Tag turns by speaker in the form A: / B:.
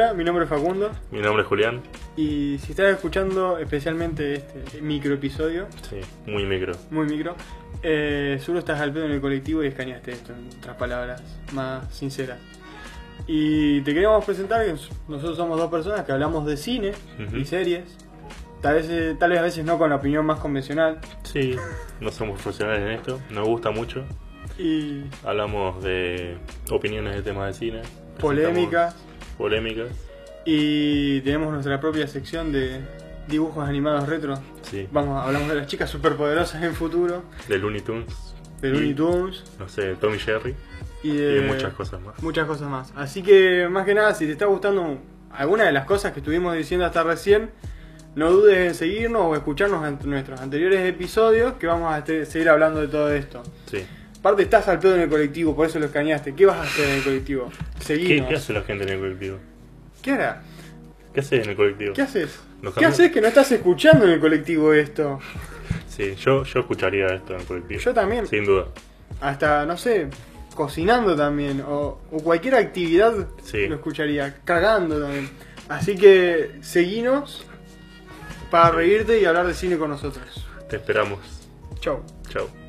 A: Hola, mi nombre es Facundo
B: Mi nombre es Julián.
A: y si estás escuchando especialmente este microepisodio,
B: Sí, muy micro.
A: muy micro, eh, seguro estás al pedo en el colectivo y escaneaste esto, en otras palabras más sinceras. Y te queremos presentar que nosotros somos dos personas que hablamos de cine
B: Ujú.
A: y series, tal vez, eh, tal vez a veces no con la opinión más convencional,
B: Sí, no somos profesionales en esto, nos gusta mucho.
A: y
B: Hablamos de opiniones de temas de cine. presentamos
A: polémicas,
B: Polémicas,
A: y tenemos nuestra propia sección de dibujos animados retro.
B: sí.
A: Vamos, hablamos de las chicas superpoderosas en futuro,
B: De Looney Tunes.
A: de
B: y,
A: Looney Tunes
B: No sé, Tommy Jerry.
A: y
B: Y
A: de,
B: de muchas cosas más.
A: muchas cosas más. Así que, más que nada, si te está gustando alguna de las cosas que estuvimos diciendo hasta recién, no dudes en seguirnos o escucharnos en nuestros anteriores episodios que vamos a este- seguir hablando de todo esto.
B: Sí.
A: Aparte, estás al pedo en el colectivo, por eso lo escaneaste. ¿Qué vas a hacer en el colectivo?
B: ¿Qué,
A: Seguimos.
B: qué hace la gente en el colectivo?
A: ¿Qué hará?
B: ¿Qué hace en el colectivo?
A: ¿Qué haces?
B: Nos
A: ¿Qué
B: cambiamos.
A: haces que no estás escuchando en el colectivo esto?
B: Sí, yo, yo escucharía esto en el colectivo.
A: Yo también.
B: Sin duda.
A: Hasta, no sé, cocinando también, o, o cualquier actividad
B: Sí.
A: lo escucharía, cagando también. Así que seguinos para reírte y hablar de cine con nosotros.
B: Te esperamos.
A: Chau.
B: Chao.